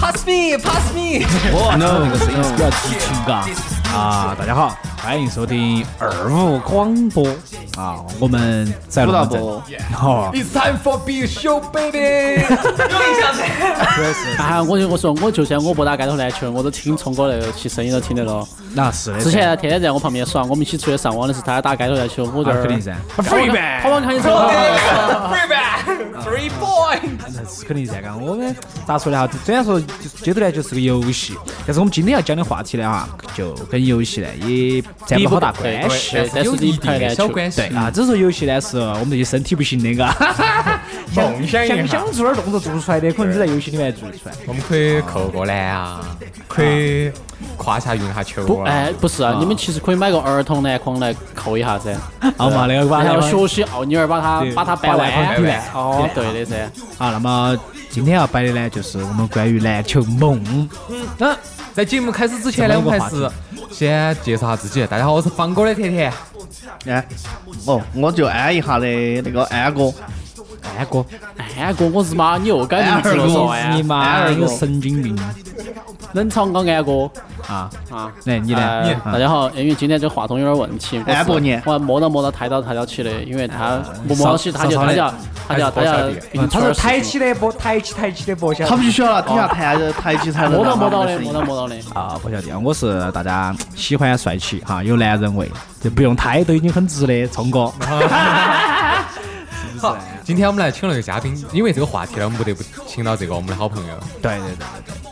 Pass me, pass me。我操，那个声音是比较激情嘎啊！大家好，欢迎收听二五广播啊！我们在不龙到门阵哦不，好， It's time for big show, baby。啊，我就我说，我就算我不打街头篮球，我都听聪哥那个其声音都听得到。那是的噻。啊之前天天在我旁边耍，我们一起出去上网的是他打街头篮球，我这啊儿肯定噻， Free man，跑网看你走。 Free boy。那是肯定噻。刚我们咋说呢哈？虽然说就是街头篮球是个游戏，但是我们今天要讲的话题呢哈，就跟游戏呢也沾不到好大关系。对，但是离不开篮球。对啊，只是说游戏呢是我们这些身体不行的， 嘎，梦想一啊想下，想做点动作做不出来的，可能只在游戏里面做得出来。我们可以扣个篮啊，可以胯下运下球不，啊。哎，不是啊，你们其实可以买个儿童篮筐来扣一 下噻，好嘛，那个把然它后学习奥尼尔把它对把它掰把篮筐弯掰弯。哦，对的噻。好，那么今天要摆的呢，就是我们关于篮球梦。那在节目开始之前呢，这我么一个们还话题是先介绍下自己。大家好，我是方哥的甜甜。哎，哦，我就安一下的那个安哥，安哥，安哎哥，我日妈，你又改名字了，说哎哎你安。妈安你哥哎个神经病冷藏刚安哥。啊！啊，来，你呢？呃啊大家好，因为今天这话筒有点问题，我安伯年我摸到摸到抬到抬到起的，因为他摸摸到起他就稍稍他的就他就他就还是给他你出是点事抬情起的不抬起抬起的不晓他必须要等下抬抬起才能摸到摸让他到们的声音摸到摸到的，啊，不晓得，我是大家喜欢帅气哈，有男人味，就不用抬都已经很直的聪 哥。好，今天我们来请了一个嘉宾，因为这个话题呢，我们不得不请到这个我们的好朋友。对对对对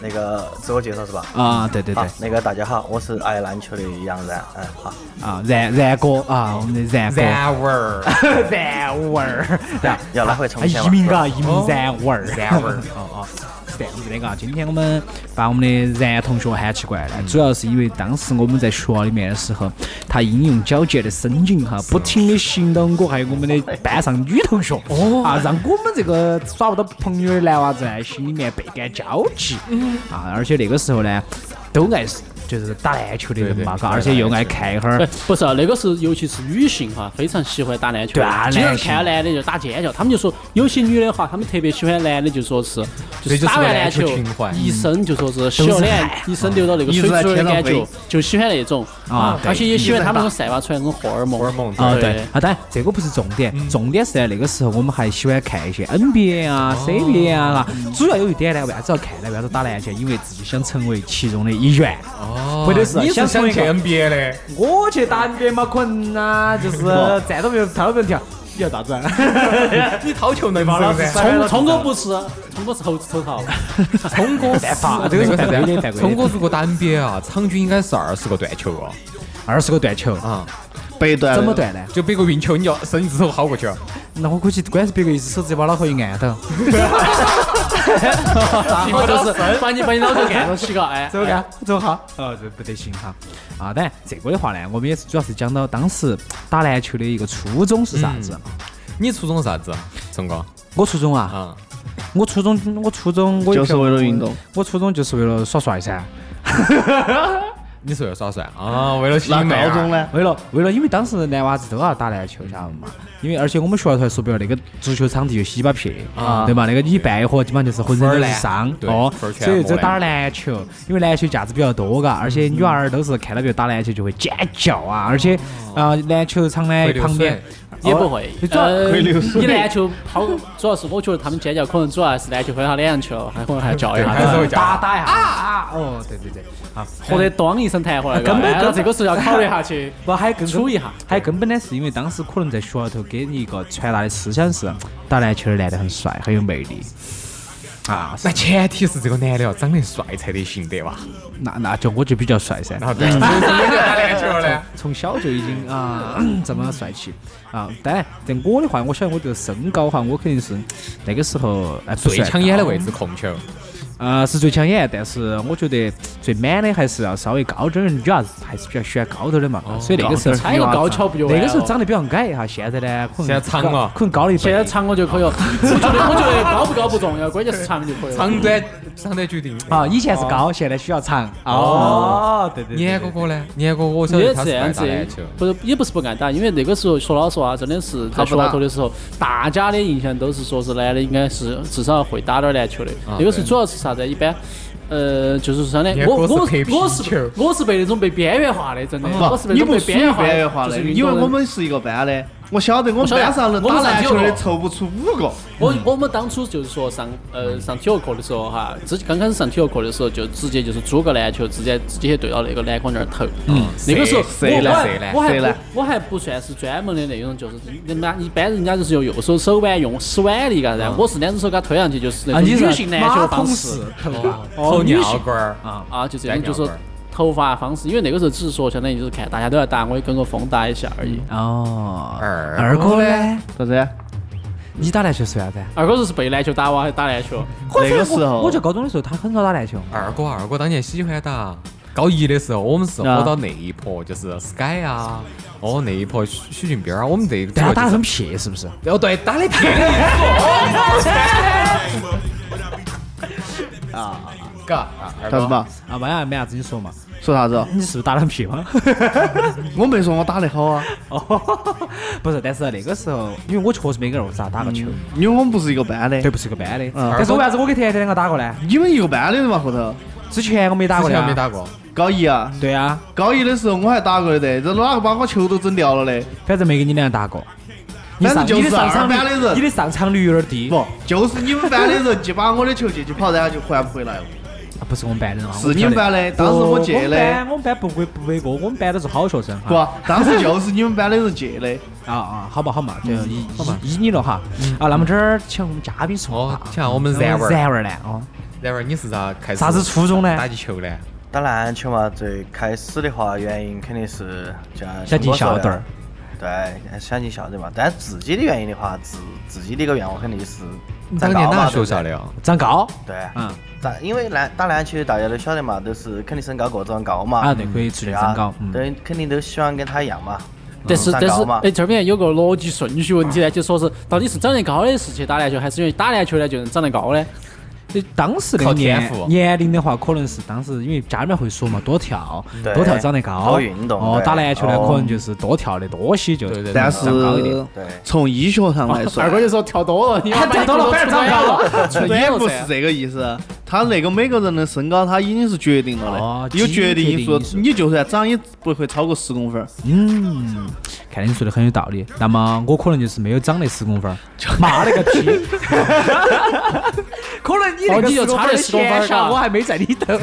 那个自我介绍是吧？对啊，对对对啊，那个大家好，我是爱篮球的杨然，嗯，好，啊，然然哥啊，我们的然哥，然而，然五 儿，要拉回重啊庆移了。民嘎，移民然五儿，然 而，哦哦，是这样子的嘎，今天我们把我们的然同学喊起过来了，主要是因为当时我们在学校里面的时候，他英勇矫健的身影哈，不停的行到我还有我们的班上女同学，啊，让我们这个耍不到朋友的男娃子呢，心里面倍感焦急，啊，而且那个时候呢，都爱就是打篮球的人嘛，对对嘎，而且又爱看一会儿哎。不是啊那个是尤其是女性哈，非常喜欢打篮球对啊的，经常男性看到男的就打尖叫，他们就说有些女的哈，她们特别喜欢男的就说是就这就是是打个完篮篮球球情怀一身就说是洗都了是脸汗一身流到那个水在珠的天上感觉飞，就喜欢那种啊对而且也喜欢他们那种一直散发出来那种荷尔蒙荷尔蒙啊，对对。啊，当然这个不是重点，重点是在那个时候我们还喜欢看一些 NBA 啊、CBA 啊，主要有一点呢，为啥子要看呢？为啥子打篮球？因为自己想成为其中的一员。哦或者是 你是想想 成去为一个 NBA 的？我去打 NBA 嘛，可能啊，就是站都不用，超不用跳。你要咋子？你掏球能手 噻？聪聪哥不是，聪哥是猴子头 头。聪哥是罚这个是犯规的犯规的聪哥如果打 NBA 啊，场均应该是二十个断球哦。二十个断球，啊，背断怎么？断呢？就别个运球，你要伸一只手薅过去。那我估计关键是别个一只手直接把脑壳一按到，然后就是把你把你脑壳按到起个，哎，走干，走哈。哦，这不得行哈。啊，当然这个的话呢，我们也是主要是讲到当时打篮球的一个初衷是啥子。你初中是啥子？聪哥我初中啊，嗯啊，我初中，我初中我就是为了运动，我初中就是为了耍帅噻，你是为了耍帅啊？为了吸那引妹儿高中？呢？为了为了，因为当时男娃子都要打篮球，晓得嘛？因为而且我们学校头还说不要那个足球场地就稀巴撇，啊对吧？那个你一办一伙，基本上就是浑身都是伤分儿烂，对哦分儿，全所以磨嗯就烂打篮球，因为篮球架子比较多，嘎，而且女娃儿都是看到别个打篮球就会尖叫啊，而且啊，篮球场呢哦会流旁边水。也不会你。主要呃，会流水你篮球抛，主要是我觉得他们尖叫可能主要还是篮球挥到脸上去了，还可能还叫一对还是下会，打打一下，啊啊！哦，对对对，啊，或者咣一声弹回来。根本哎根这个是要考虑 下去。不，还更处一下还根本呢，是因为当时可能在学校头给你一个传达的思想是，打篮球的男的很帅，很有魅力。啊，那前提是这个男的要长得帅才得行得哇。那那就我就比较帅噻，然后对，打篮球呢？从小就已经啊这么帅气啊。当然，但我的话，我晓得我这个身高哈，我肯定是那个时候哎不最算抢眼的位置控球，呃，是最抢眼，但是我觉得最满的还是要稍微高点儿的女伢子，还是比较喜欢高头的嘛。所以那个时候踩一个高跷不就完那了个时候长得比较矮哈，现在啊呢可能现在长了可能高了一倍。现在长我就可以了。 我觉得我觉得高不高不重要，关键是长就可以了。长短长短决定。啊，以前是高，现在需要长。哦，对对。年哥哥呢？年哥，我晓也得是他这是样爱子打篮球，，不是也不是不爱打，因为那个时候说老实话，真的是在学校头的时候，大家的印象都是说是男的应该是至少会打点篮球的。啊那个时候主要是啥子？一般。呃，就是真的你，还我光是我拍皮我是球我是被那种被边缘化的，真的，我是不，被那 你种不被属于边缘化边的缘化，就的，是运因为动的我们是一个班的。我晓得我们班上能打篮球的凑不出五个，我我们当初就是说上呃上体育课的时候哈，之刚开始上体育课的时候就直接就是租个篮球，直接直接对到那个篮筐那儿投。嗯，那个时候我谁我来谁来还我谁还来不我还不算是专门的那种，就是人家一般人家就是用右手手腕用使腕力嘎，然嗯后我是两只手给他推上去，就是那啊，种你女是性篮球马的方桶式式。 哦头发。投尿管儿啊，啊，就这甩种尿就是棍儿头发方式，因为那个时候只是说相当于就是看大家都要打，我也跟个风打一下而已。哦，二二哥呢？啥子？你打篮球是啥子？二哥是被篮球打哇，还是打篮球？那个时候我就高中的时候，他很少打篮球。二哥，二哥当年喜欢打。高一的时候，我们是啊火到那一波，就是 Sky 啊，哦那一波许许俊斌儿啊，我们这一但他打得就是很撇，是不是？哦对，打的偏嘎，啥子嘛？啊，没啊，没啥子，你说嘛。说啥子？你是不是打得很撇嘛？我没说我打得好啊， 哦，不是，但是那个时候，因为我确实没跟二傻打过球，因为我们不是一个班的对，，不是一个班的。嗯但是我为啥子我跟甜甜两个打过呢？你们一个班的人嘛，后头之前我没打之过前呀，没。打过，高一啊，对啊，高一的时候我还打过的得，这哪个把我球都整掉了嘞？反正没跟你俩打过。你上反正就是你的上场率二班的人你的上场率有点低。不，就是你们班的人去把我的球借去跑，然后就还不回来了。啊不是我们班的人啊，是你们班的，当时我我不晓得哦借我们班的，我们班不会不背锅，我们班都是好学生哈。不，当时就是你们班的人借的。啊啊，好吧好嘛，就嗯依依依你了哈。啊，那么这儿请我们嘉宾说哦话，请我们然文儿然文儿呢？哦，然而你是咋开始啥子初衷呢打起球呢？打篮球嘛，最开始的话，原因肯定是像想进校队儿。对，想进校队嘛。但自己的原因的话，自自己的一个愿望肯定是当长年高哪个嘛，对学不对校的？哦？长高对，嗯但因为篮打篮球，大家都晓得嘛，都是肯定身高各种高嘛。啊，对，可以持续对长啊高，，嗯。对，肯定都希望跟他一样嘛。但是长但嗯高是嘛，哎，这边有个逻辑顺序问题呢，就说是到底是长得高的是去打篮球，还是因为打篮球呢就能长得高呢？就当时那个靠年天赋年龄的话，可能是当时因为家里面会说嘛，多跳，对多跳长得高，多运动哦，对打篮球呢，哦可能就是多跳的多些就对对对 但长高一点。是对从医学上来 说，二哥就说跳多了，你他跳多了反而长高 了，也不是这个意思。他那个每个人的身高，他已经是决定了的，哦有决定因基素因决定因。素你就算长也不会超过十公分儿。嗯，看来你说的很有道理。那么我可能就是没有长得十公分儿，妈了个屁！可能你那哦个你就差那的10公分闲儿暇嘎我还没在里头。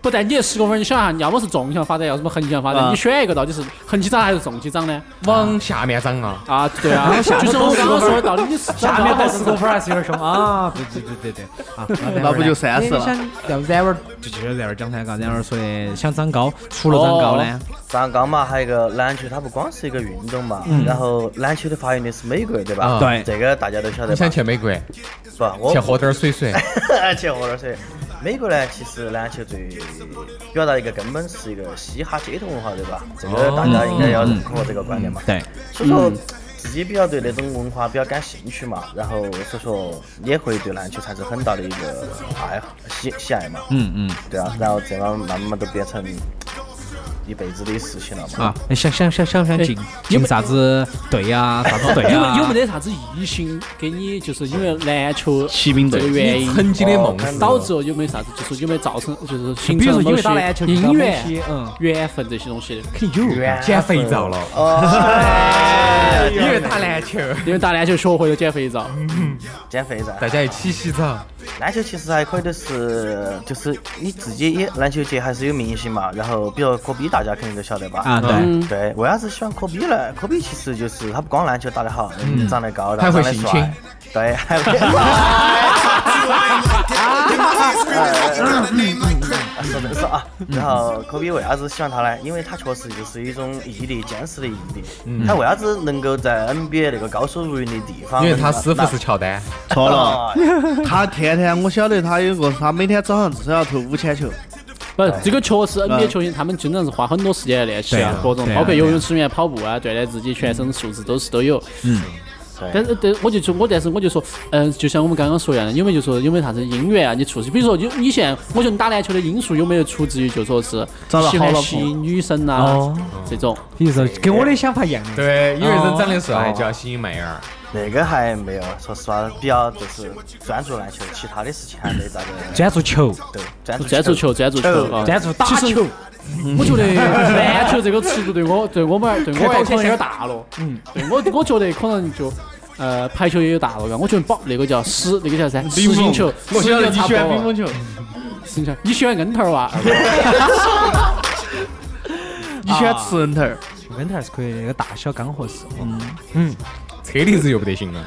不但你这十公分，你想一下，你要么是纵向发展，要么横向发展，啊你选一个到底是横起长还是纵起长呢？往下面长啊！啊，对 啊，就像我刚刚说的，到底你是下面带是十公分儿还是有点凶啊！对对对对对， 啊，那不就三十了想要不然文儿就接着然文儿讲噻，嘎，然文儿说的想长高，除了哦长高呢，长高嘛，还有一个篮球，它不光是一个运动嘛，然后篮球的发源地是美国，对吧？啊嗯对这个大家都晓得你想吧？去美国，不，我 去喝点儿水水，去喝点水。美国呢，其实篮球最表达一个根本是一个嘻哈街头文化，对吧？这哦个大家应该要认可这个观点嘛。对，所以说自己比较对那种文化比较感兴趣嘛，然后所以说也会对篮球产生很大的一个爱好喜喜爱嘛。嗯嗯。对啊，然后这样慢慢都变成一辈子的事情了嘛。啊，想想想想想进进啥子队呀，啥子队啊有呀？有没得啥子异性给你，就是因为篮球 骑兵这队个原因，曾经的梦想。导致有没有啥子，就是有没有造成，就是形比如说成因某为些打篮球，姻缘、嗯，缘分这些东西的。肯定有。减肥皂了，哦因为哎打篮球，因为打篮球学会了减肥皂，减肥噻。大家一起洗澡，篮球其实还可以的是，就是你自己也篮球界还是有明星嘛。然后，比如科比，大家肯定都晓得吧？啊，对，嗯，对，为啥子喜欢科比呢？科比其实就是他不光篮球打得好，长得高，然还后会长得性帅，对，还会。啊。然后科比为啥子喜欢他呢？因为他确实就是一种毅力，坚持的毅力。他为啥子能够在 NBA 那个高收入云的地方？因为他师傅是乔丹，错了，啊， 他天天我晓得他有个，他每天早上至少要投五千球。不是，这个确实 NBA 球星他们经常是花很多时间来练习啊对啊，各种对啊包括游泳、水面、跑步啊，锻炼自己全身的素质都是都有。但是，但我就说，我但是我就说，嗯、就像我们刚刚说一样的，有没有就说有没有啥子因缘啊？你促进，比如说，有你现在，我觉得你打篮球的因素有没有出自于就说是找到喜好欢老吸婆引女生呐、哦这种？你说跟我的想法一样的，对，因为人长得帅就要吸引妹儿，那个还没有，说实话，比较就是专注篮球，其他的事情还没咋个。专注球，对，专注专注球，专注球啊！专注打其实球，我觉得篮球这个尺度对我对我们而对我来可能有点大了。嗯，对我我觉得可能就。呃，排球也有大了嘎，我觉得保那个叫十，那个叫啥？实心球，我实心晓得球你差喜不欢多乒了乓。球，实心球，你喜欢跟头儿哇？你喜欢吃人头儿。温特还是可以，那个大小刚合适。车厘子就不得 行了。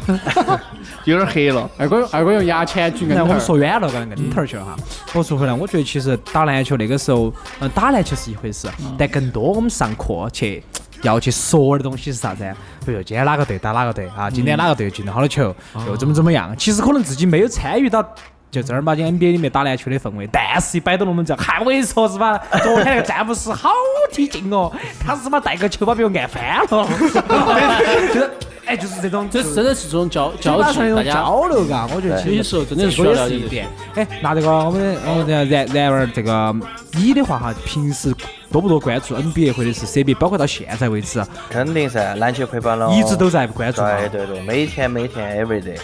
有点黑了。二哥，二哥用牙签举跟那头我儿嗯们。说远了，刚跟头儿去了哈。我说回来，我觉得其实打篮球那个时候，嗯，打篮球是一回事，嗯但更多我们上课去要去说的东西是啥子？啊比如说今天哪个队打哪个队啊，今天哪个队进了好多球，嗯又怎么怎么样？其实可能自己没有参与到。就正儿八经 NBA 里面打篮球的氛围，但是一摆到龙门阵，嗨，我跟你说是吧？昨天那个詹姆斯好踢劲哦，他是妈带个球把别人按翻 了， 就是哎，就是这种，这就是真的是这种交交交际，上那大种家交流，嘎，我觉得其有些实时候真的是需说要的了是解一点。哎，那这个我们我们然然然而这个你的话哈，平时多不多关注 NBA 或者是 CBA，包括到现在为止，啊肯定噻，篮球快板了，一直都在关注嘛哦对对对，每天每天 every day。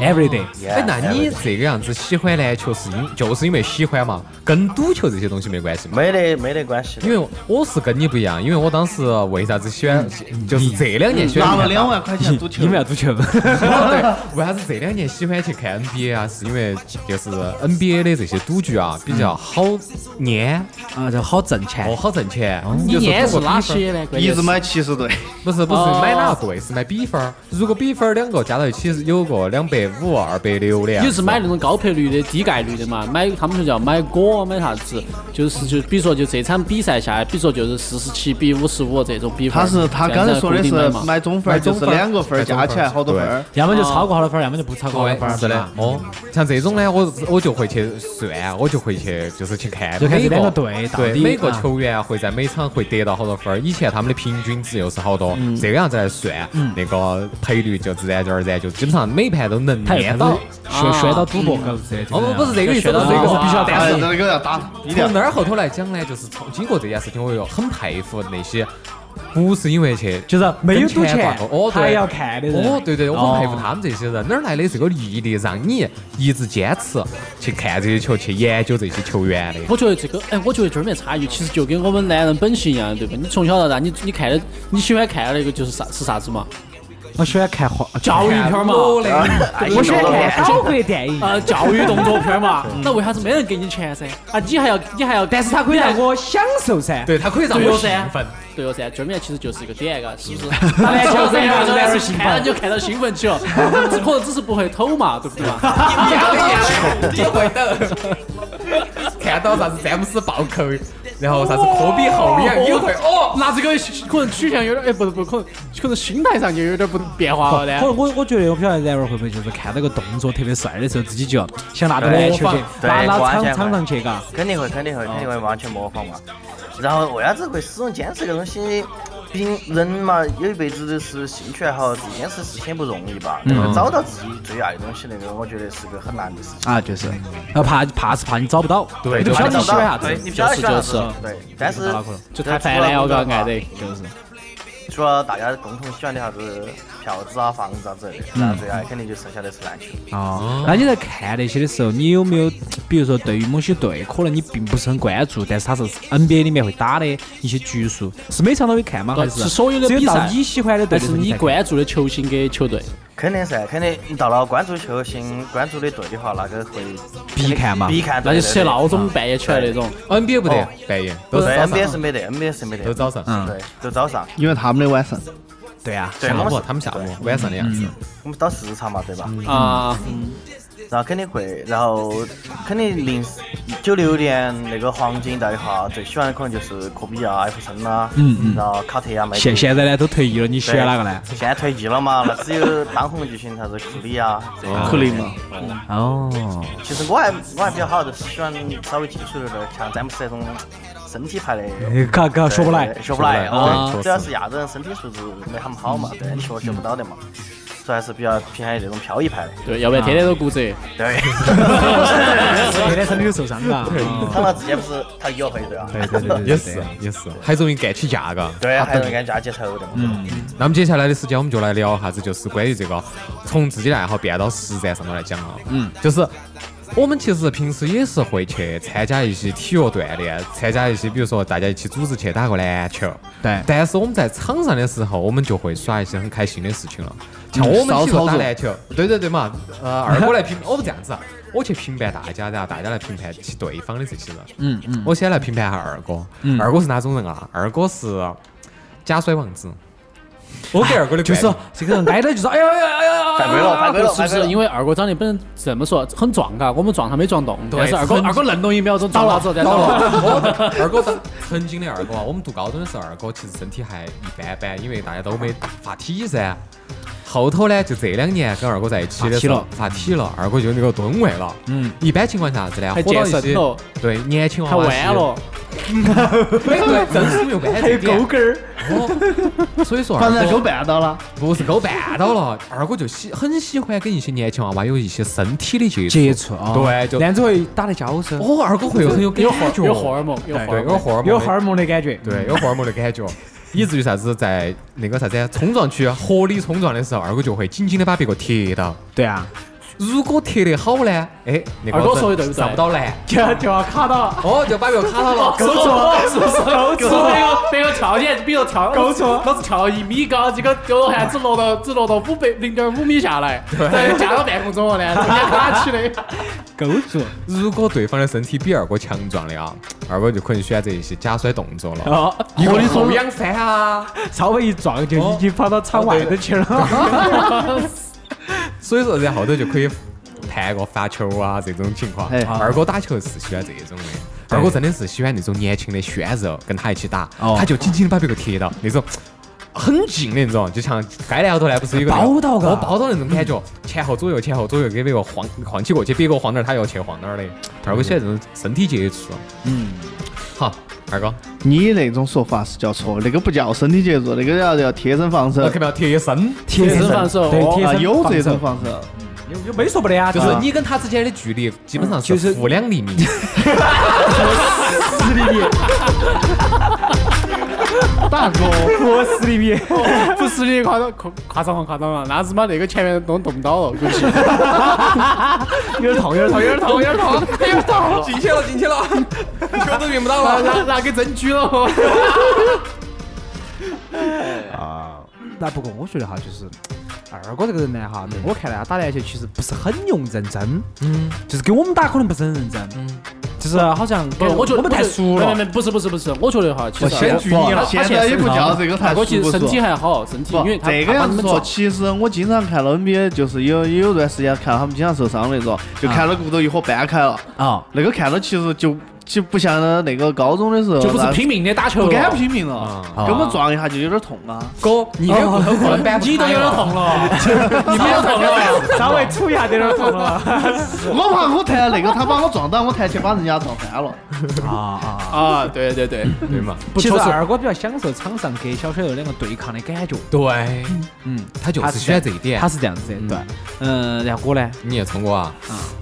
，every day。哎，那你这个样子喜欢篮球是因就是因为喜欢嘛，跟赌球这些东西没关系嘛？没得没得关系的因。为我是跟你不一样，因为我当时为啥子喜欢，就是这两年喜欢拿了两万块钱赌球你们，要赌球，对，为啥子这两年喜欢去看 NBA 啊？是因为就是 NBA 的这些赌局啊比较好粘，啊，这好挣钱哦，。好挣钱。你就是念通是过哪比分些呢？关一键直是买七十对，不是不是哦买哪个队，是买比分儿。如果比分儿两个加到一起有个两百五、二百六的样子，你是买那种高赔率的、低概率的嘛？买他们就叫买果，买啥子？就是就比如说就这场比赛下来，比如说就是四十七比五十五这种比分。他是他这样子刚才说的固定买是嘛买总分儿，买就中是分儿两个分儿加起来好多分儿。要么就超过好多分儿，要么就不超过好多分儿，是的吧，哦，像这种呢，我我就会去算，我就会去就是去看就看这每两个队到对底每个啊球员会在每场会得到好多分儿，以前他们的平均值又是好多，嗯这个样子来算，那个赔率就自然就而然就基本上每盘都能他又念开到始。宣宣到赌博搞这些。哦，不不是这个意思，学到不是这个这个是啊必须要 哎，担那心。个要打，一定要从那儿后头来讲呢，就是从经过这件事情，我又很佩服那些不是因为去就是没有赌跟钱挂钩哦，，还对，要看的人。哦，对对，我哦很佩服他们这些人，哪儿来的这个毅力，让你一直坚持去看这些球，去研究这些球员的？我觉得这个，哎，我觉得这儿面差异其实就跟我们男人本性一样，对吧？你从小到大，你你看的，你喜欢看的那个就是啥是啥子嘛？我喜欢看花教育片儿嘛，哦啊我喜欢看岛国电影。呃，教育动作片儿嘛。 那为啥子没人给你钱噻？啊，你还要你还要，嗯但是它可以让我享受噻。对他可以让对我哦兴噻奋，对哦噻，这儿面其实就是一个点，嘎，是不是？ 打篮球噻看让人兴奋看了就看到兴奋起了，只可能只是不会抖嘛，对不对嘛？ 你会抖。看到啥子詹姆斯暴扣，然后啥子科比后仰，你会哦。那这个可能取向有点，哎，不不，可能可能心态上就有点不变化了呢 我。我我觉得我不晓得然而会不会就是看到个动作特别帅的时候，自己就想拿到篮球去，对拿拿关场键场上去，嘎。肯定会，肯定会，肯定会完全模仿嘛。然后为啥子会始终坚持这个东西？毕竟人嘛，有一辈子都是兴趣爱好，自己坚持事情不容易吧？那个找到自己最爱的东西，那个我觉得是个很难的事情。啊，就是，啊怕怕是怕你找不到，对你不晓得你喜欢啥子对，，你不晓得喜欢啥就是子，对。但是就太烦了，我告爱的，就是。除了大家共同喜欢的啥子票子啊、房子啊之类的，那最爱肯定就剩下的是篮球。哦，那你在看那些的时候，你有没有，比如说对于某些队，可能你并不是很关注，但是它是 NBA 里面会打的一些局数，是每场都会看吗？还是所有的只比有到赛，你喜欢的队但的是时候才你看关注的球星跟球队，肯定噻，肯定你到了关注球星、关注的队的话，那个会必看嘛必看，那就设对对闹钟半夜起来那种。 NBA 不得哦，半夜都对是对早上， ，NBA 是没得，NBA 是没得，都早上。哎嗯对，都早上。因为他们的晚上，对啊，对，嗯下我们午是他们下午晚上的样子，嗯我们到市场嘛，对吧？啊，然后肯定会，然后肯定零九六年那个黄金一代的话，最喜欢的可能就是科比啊、艾弗森啦，嗯嗯，然后卡特啊、麦迪现现在呢都退役了，你喜欢哪个呢？对现在退役了嘛，那只有当红巨星啥子库里啊，克林嘛，哦，其实我还我还比较好，就是喜欢稍微技术有点儿像詹姆斯那种身体派的。 嘎嘎对啊说不 来，学不来学不来啊对确！实主要是亚洲人身体素质没他们好嘛，对，球学不到的嘛，所以还是比较偏向于这种飘逸派的。对，要不然天天都骨折。对，天天身体有受伤嘎。他们之前不是他一个回队啊？对对对，也是也是，还容易干起架，嘎。对啊，还有人敢加接头的嘛？嗯，那么接下来的时间，我们就来聊啥子，就是关于这个从自己的爱好变到实战上头来讲了。嗯，就是我们其实平时也是会去参加一些体育锻炼，参加一些比如说大家一起组织去打个篮球。对但是我们在场上的时候，我们就会耍一些很开心的事情了。像我们几个打篮球，对对对 嘛，呃，二哥来评，我们这样子啊，我去评判大家，然后大家来评判起对方的这些人。嗯嗯，我先来评判一下二哥，二哥是哪种人啊？二哥是假摔王子。我给二 哥的就是冠这个人挨到就说，哎呦哎呦哎呦哎呦，犯规了，犯规了，啊是不犯规是了！因为二哥长得本身这么说很壮嘎？我们撞他没撞动，但是二哥很二哥愣动一秒钟，撞到之后再倒倒了。了。二 哥曾经的二哥啊，我们读高中的时候，二哥其实身体还一般般，因为大家都没发体噻。后头呢，就这两年跟二哥在一起的时候发体了，二哥就那个吨位了。嗯，一般情况下子呢，还火到一健身些了对年轻娃还娃弯了，哎，对，正是因为弯这点，根儿，哦所以说反二正哥就绊到了，不是勾绊到了，二哥就喜很喜欢跟一些年轻娃娃有一些身体的接触，接触啊，对，就然后会打得交 手，哦，二哥会有很有感有荷觉，哎有荷尔蒙，哎有对，荷尔有蒙。荷尔蒙，有荷尔蒙的感觉，对，有荷尔蒙的感觉， 以至于啥子在那个啥子冲撞区合理冲撞的时候，二哥就会紧紧的把别个贴到。对啊，如果贴得好呢，哎，那个二哥说的对不对上不 到篮，就就要卡到，哦，就把别个卡到了。勾错，是是勾错，别个别个跳起来，啊比如跳勾错，老子跳一米高，结果勾还只落到只落到五百零点五米下来，再架到半空中了呢，人家卡起的。勾住，如果对方的身体比二哥强壮的啊，二哥就可能选择一些假摔动作了。哦，一个后仰翻啊，稍微一撞就已经跑到场外头去了，所以说然后头就可以弹个发球啊这种情况。哎二哥打球是喜欢这种的，二哥真的是喜欢那种年轻的鲜肉，跟他一起打，哦他就紧紧的把别个贴到那种。很近的那种，就像街篮头呢，不是有个那包个哎到嘎哦包到那种感觉，前后左右，前后左右给别个晃晃起过去，别个晃哪儿，他又去晃哪儿的。二哥喜欢这种身体接触。嗯，好，二哥，你那种说法是叫错，那个不叫身体接触，那个叫叫贴身防守我肯定要哦贴身，贴身防守对，贴啊，身有防这种守，防守，有有没说不得啊，就是你跟他之间的距离基本上就是是负两厘米。十厘米，大哥，我十厘米，不是你夸张夸夸张了夸张了，那日妈那个前面都动到了，估计有点痛，有点痛，有点痛，有点痛，有点到了，进去了，进去了，球都运不到拿。拿拿给真狙了。 那不过我觉得哈，就是二哥这个人呢哈，我看来他打篮球其实不是很用认真，嗯，就是跟我们打可能不是很认真，嗯，就是好像不，我觉得我们太熟没了没，没，不是不是不是，我觉得哈，其我实先举你了，现在也不叫这个太大哥其舒实身服了体还好，身体因不为，他这个他把样你子们说，撞其实我经常看到 NBA，就是有有段时间看他们经常受伤那种，就看到骨头一伙掰开了，啊，那个看到其实就就不像那个高中的时候，就不是那拼命的打球不了，敢拼命了啊，根本撞一下就有点痛啊。哥，你这骨头可能掰不你都有点痛了，你没有痛了，稍微杵一下就有点痛了我怕我弹那个，他把我撞倒，我弹起把人家撞翻了。啊啊！啊，对对对，对嘛？不其愁实是二哥比较享受场上跟小鲜肉两个对抗的感觉，对，嗯，他就是喜欢这一点他。是这样子的，对，嗯，然后我呢，你看聪哥啊，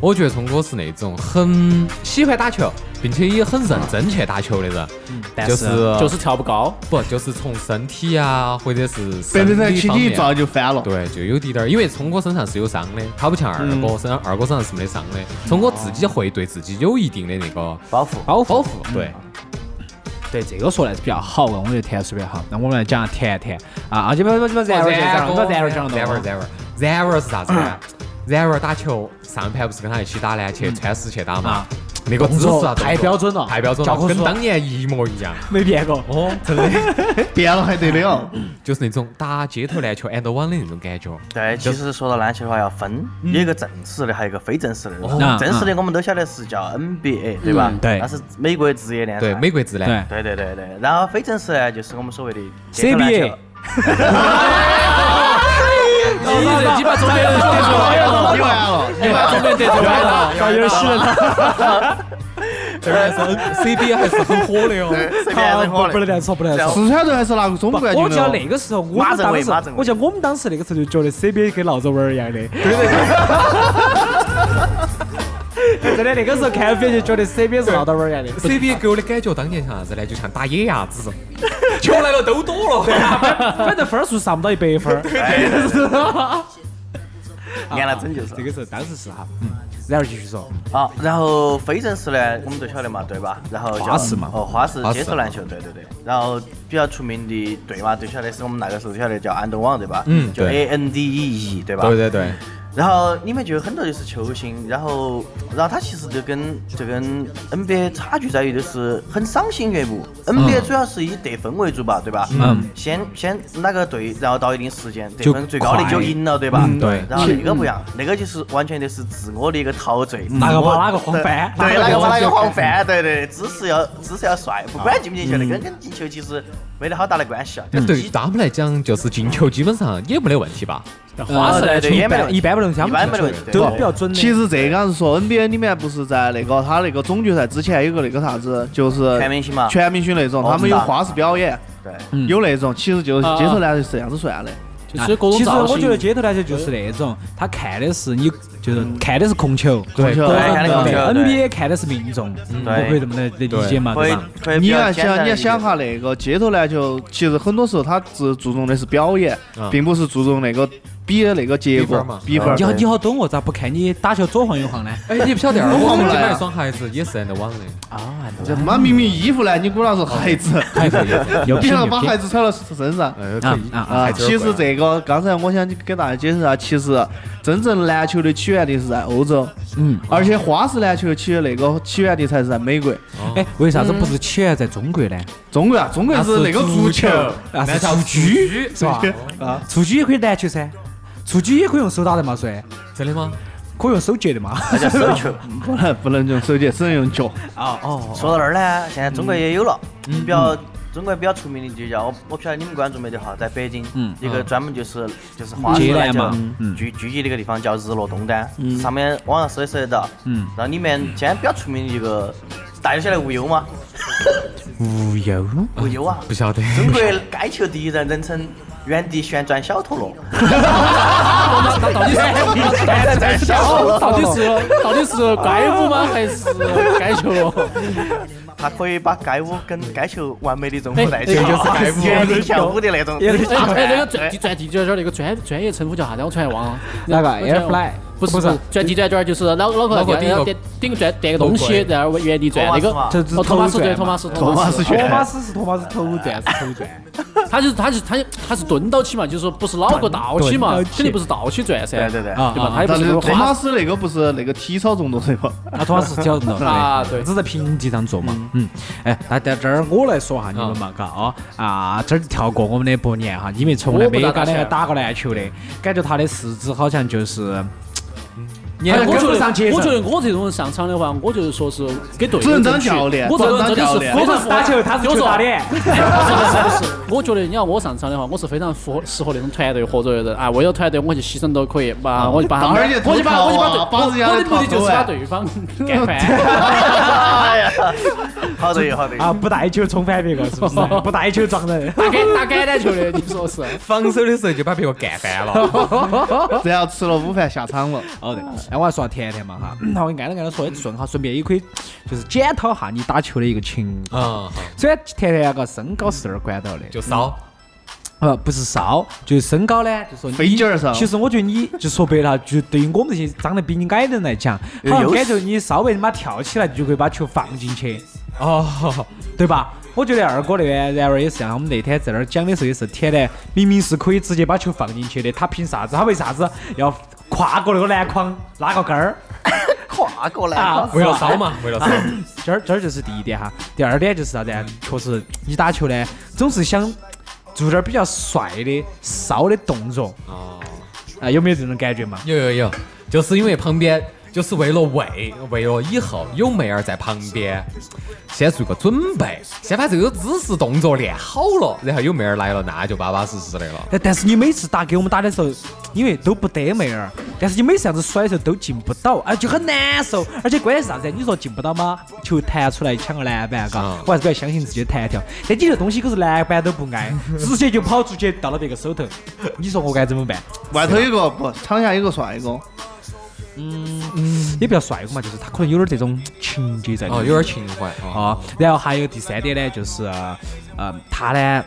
我觉得聪哥是那种很喜欢打球，并且也很认真去打球的人，但就是就是跳不高，不就是从身体啊，或者是身被人家体轻方轻一面。撞就翻了。对，就有滴点儿，因为聪哥身上是有伤的，他不像二哥身上，二哥身上是没得伤的。聪哥自己会对自己有一定的那个包袱，包保袱护，对，对这个说来是比较好的，我觉得谈是比较好。那我们来讲谈一谈啊，啊，就不不不，哦然后讲了，不然后讲了，然而然而然而是啥子呢？然而打球上盘不是跟他一起打篮球，穿石去打嘛啊？那个姿势啊，动作太标准了太标准教了，科书跟啊当年一模一样。没变过。哦，真的，变了还得了？就是那种打街头篮球 and one 的那种感觉。对，其实说到篮球的话要分，有一个正式的，还有一个非正式的。那正式的我们都晓得是叫 NBA，对吧？对那是美国职业联赛。对，美国之篮。对对对对对，然后非正式呢，就是我们所谓的街头篮球 CBA 你这鸡巴中间人得罪了，你完了，你把中间得罪了，有点洗人了。 这边是 CBA 还是很火的哦。 随便扔火不能的。这样说，不能这样说。四川人还是拿个中不国冠我军记得的那哦。个时候，我马们政当委时马政，委我记得我们当时那个时候就觉得 CBA 跟闹着玩儿一样的。对对。真的，那个时候看 NBA 就觉得 CBA 是闹着玩儿一样的。 CBA 给我的感觉当年像啥子呢？就像打野鸭子，球来了都躲了。反正分数上不到一百分儿。按了整就是这个时候当时是哈，嗯，然后继续说，啊，然后非正式呢，我们都晓得嘛，对吧？然后叫花式嘛哦，花式花式街头篮球，对对对。然后比较出名的队嘛，都晓得是我们那个时候都晓得叫安德旺，对吧？嗯就对 A N D E E，对吧？对对对，然后里面就有很多就是球星，然后然后他其实就跟就跟 NBA 差距在于就是很赏心悦目，NBA 主要是以得分为主吧，对吧？嗯，先先哪个队，然后到一定时间得分最高的就赢了，对吧？对然后那个不一样，那个就是完全就是自我的一个陶醉，哪嗯个自我把哪个晃翻哪对，哪个个把把哪哪个个晃晃翻，对对，姿势要姿势要帅，不管进不进球，那个跟进球其实没得好大的关系啊，就是嗯对于基他们来讲，就是进球基本上也没得问题吧？花式对篮球对对，一也没得问般题一般不能相一般没得问题对都是比较准的。其实这个俺是说 NBA 里面不是在那个他那个总决赛之前有个那个啥子，就是全明星嘛全明星那种，哦他们知有道花式表演，对。有那种，其实就是街头篮球是这样子算的。就是各其种实造型。我觉得街头篮球就是那种，他看的是你，就是看的是控球，对各控球看的控球对 NBA 看的是命中，我可以这么来理解嘛，可对以吧？可以比你较要简单想，的你理解，要想哈，那个街头篮球，其实很多时候它是注重的是表演，嗯并不是注重那个比的那个结比分果嘛比分。你好，你好懂哦，咋不看你打球左晃右晃呢？哎，你不晓得二我我们们这这边边有双孩子也是 and one 的，啊，这他妈明明衣服呢，你估那是孩子，还可以。有哎你品想有把品孩子穿到身上。呃，可啊以啊啊！啊，孩子其有实关这个刚才我想给大家解释下，啊其实真正篮球的起源地是在欧洲，嗯，而且花式篮球的起源那个起源地才是在美国。哎，为啥子不是起源在中国呢？中国啊，中国是那个足球， 啊那是蹴鞠是吧？啊，蹴鞠也可以篮球噻，蹴鞠也可以用手打的嘛，噻，真的吗？可以用手接的嘛。那叫手球。不能不能用手机，只能用脚。说到那儿呢，现在中国也有了，比较中国比较出名的就叫我我不晓得你们关注没得哈，在北京，一个专门就是就是花街市篮篮球嘛聚聚集的一个地方叫日落东单，上面网上搜也搜得到。嗯，然后里面现在比较出名的一个，大家晓得无忧吗？无忧，无忧啊，不晓得。中国该球第一人，人称原地旋转小陀螺。那到底是到底是到底是怪物吗？还是该球了？它可以把街舞跟街球完美的融合在一起，哦哎这就是街舞原地跳舞的那种。哎，那个转地转地转圈那个专专业称呼叫啥子？我突然忘了。那个我突然 Airfly 不是不不是是转地转圈，就是脑脑壳脑壳顶顶个顶顶转点个东头西盔，然后原地转托马那斯个嘛。就是哦，托马斯头对，转托马嘛斯，托马斯，哦托马斯是托马斯头转是头转，他就是他就是他他是蹲到起嘛，就是说不是脑壳倒起嘛，蹲到起肯定不是倒起转噻，对对对啊对吧？他也不但是是说托花马斯那个不是那个体操中毒对吧？啊，托马斯是矫正 的。啊，对，只是在平地上做嘛，嗯，哎，那在这儿我来说哈，你们嘛，嘎啊啊，这儿跳过我们的伯年哈，因为从来没有跟他打过篮球的，感觉他的四肢好像就是，哎好像我跟觉不得上节奏我觉得我这种人上场的话，我就是说是给队友只能当争取教练我这种人真的只能当教是练非我常是打哎球，他是我球说打脸，不是，我觉得你要我上场的话，我是非常符合适合那种团队合作的人啊。为了团队，我去牺牲都可以，把我就把他当们然就，我就把我就把投队靠啊，帮人家我我投的靠目的就是哎把对方干翻。 哎呀，好的好的。啊，不带球冲翻别个，是不是？ 不带球撞人， 打橄打橄榄球的，你说是？防守的时候就把别个干翻了。 只要吃了午饭下场了， 好的，哎，我还说下甜甜嘛哈， 那我挨着挨着说也顺哈，顺便也可以就是检讨下你打球的一个情况。嗯，虽然甜甜那个身高是有点管到的，就骚。呃不是骚，就是身高呢，就说你飞机儿骚其实我觉得你就说白了，就对于我们这些长得比你矮的人来讲，好像感觉你稍微他妈跳起来就可以把球放进去，哦， 对吧？我觉得二哥那边，然而也是像啊我们那天在那儿讲的时候也是，甜的明明是可以直接把球放进去的，他凭啥子？他为啥子要跨过那个篮筐拉个杆儿？跨过来啊了。为了骚嘛，为了骚。这儿这儿就是第一点哈，第二点就是啥子啊？嗯确实，你打球呢，总是想做点儿比较帅的、骚的动作哦，啊，有没有这种感觉嘛？ 有有有，就是因为旁边，就是为了为，为了以后有妹儿在旁边，先做个准备，先把这个姿势动作练好了，然后有妹儿来了，那就巴巴适适的了。但但是你每次打给我们打的时候，因为都不得妹儿，但是你每次这样子甩的时候都进不到，啊，就很难受。而且关键是啥子啊？你说进不到吗？球弹出来抢个篮板，嘎嗯，我还是比较相信自己的弹跳。但你这东西可是篮板都不 挨，直接就跑出去到了别个手头，你说我该怎么办？外头有个不，场下有个帅哥，也比较帅哥嘛，就是他可能有点这种情节在里面。哦，有点情怀啊。啊，然后还有第三点呢，就是，呃，他呢，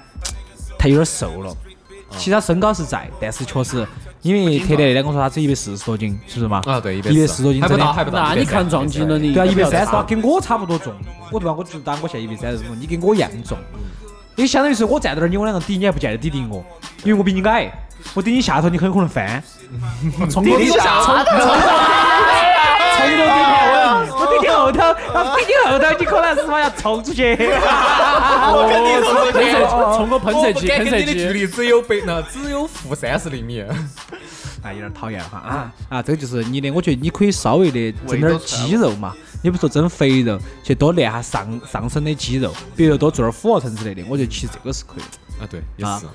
他有点瘦了，嗯其实他身高是在，但是确实，因为特点那天我说他只有一百四十多斤，是不是嘛？啊，对，一一百百四十多斤还真不到，的。还不到。那你看撞击了你，对啊，一百三十多多，，跟我差不多重。我对吧？我觉得我现在一百三十多，你跟我一样重，也相当于是我站到那儿，你我两个抵，你还不见得抵顶我，因为我比你矮，我顶你下头，你很可能翻。嗯 从我下头，从头顶盘，我我顶你后头，然后顶你后头，你可能是把要冲出去。我跟你说，喷射冲个喷射机，喷跟射你的距机。 离只有百，那只有负三十厘米。啊，有点讨厌了哈啊啊！这个就是你的，我觉得你可以稍微的增点儿肌肉嘛，你不说增肥肉，去多练下上上身的肌肉，比如多做点俯卧撑之类的，我觉得其实这个是可以的啊，对，也啊是。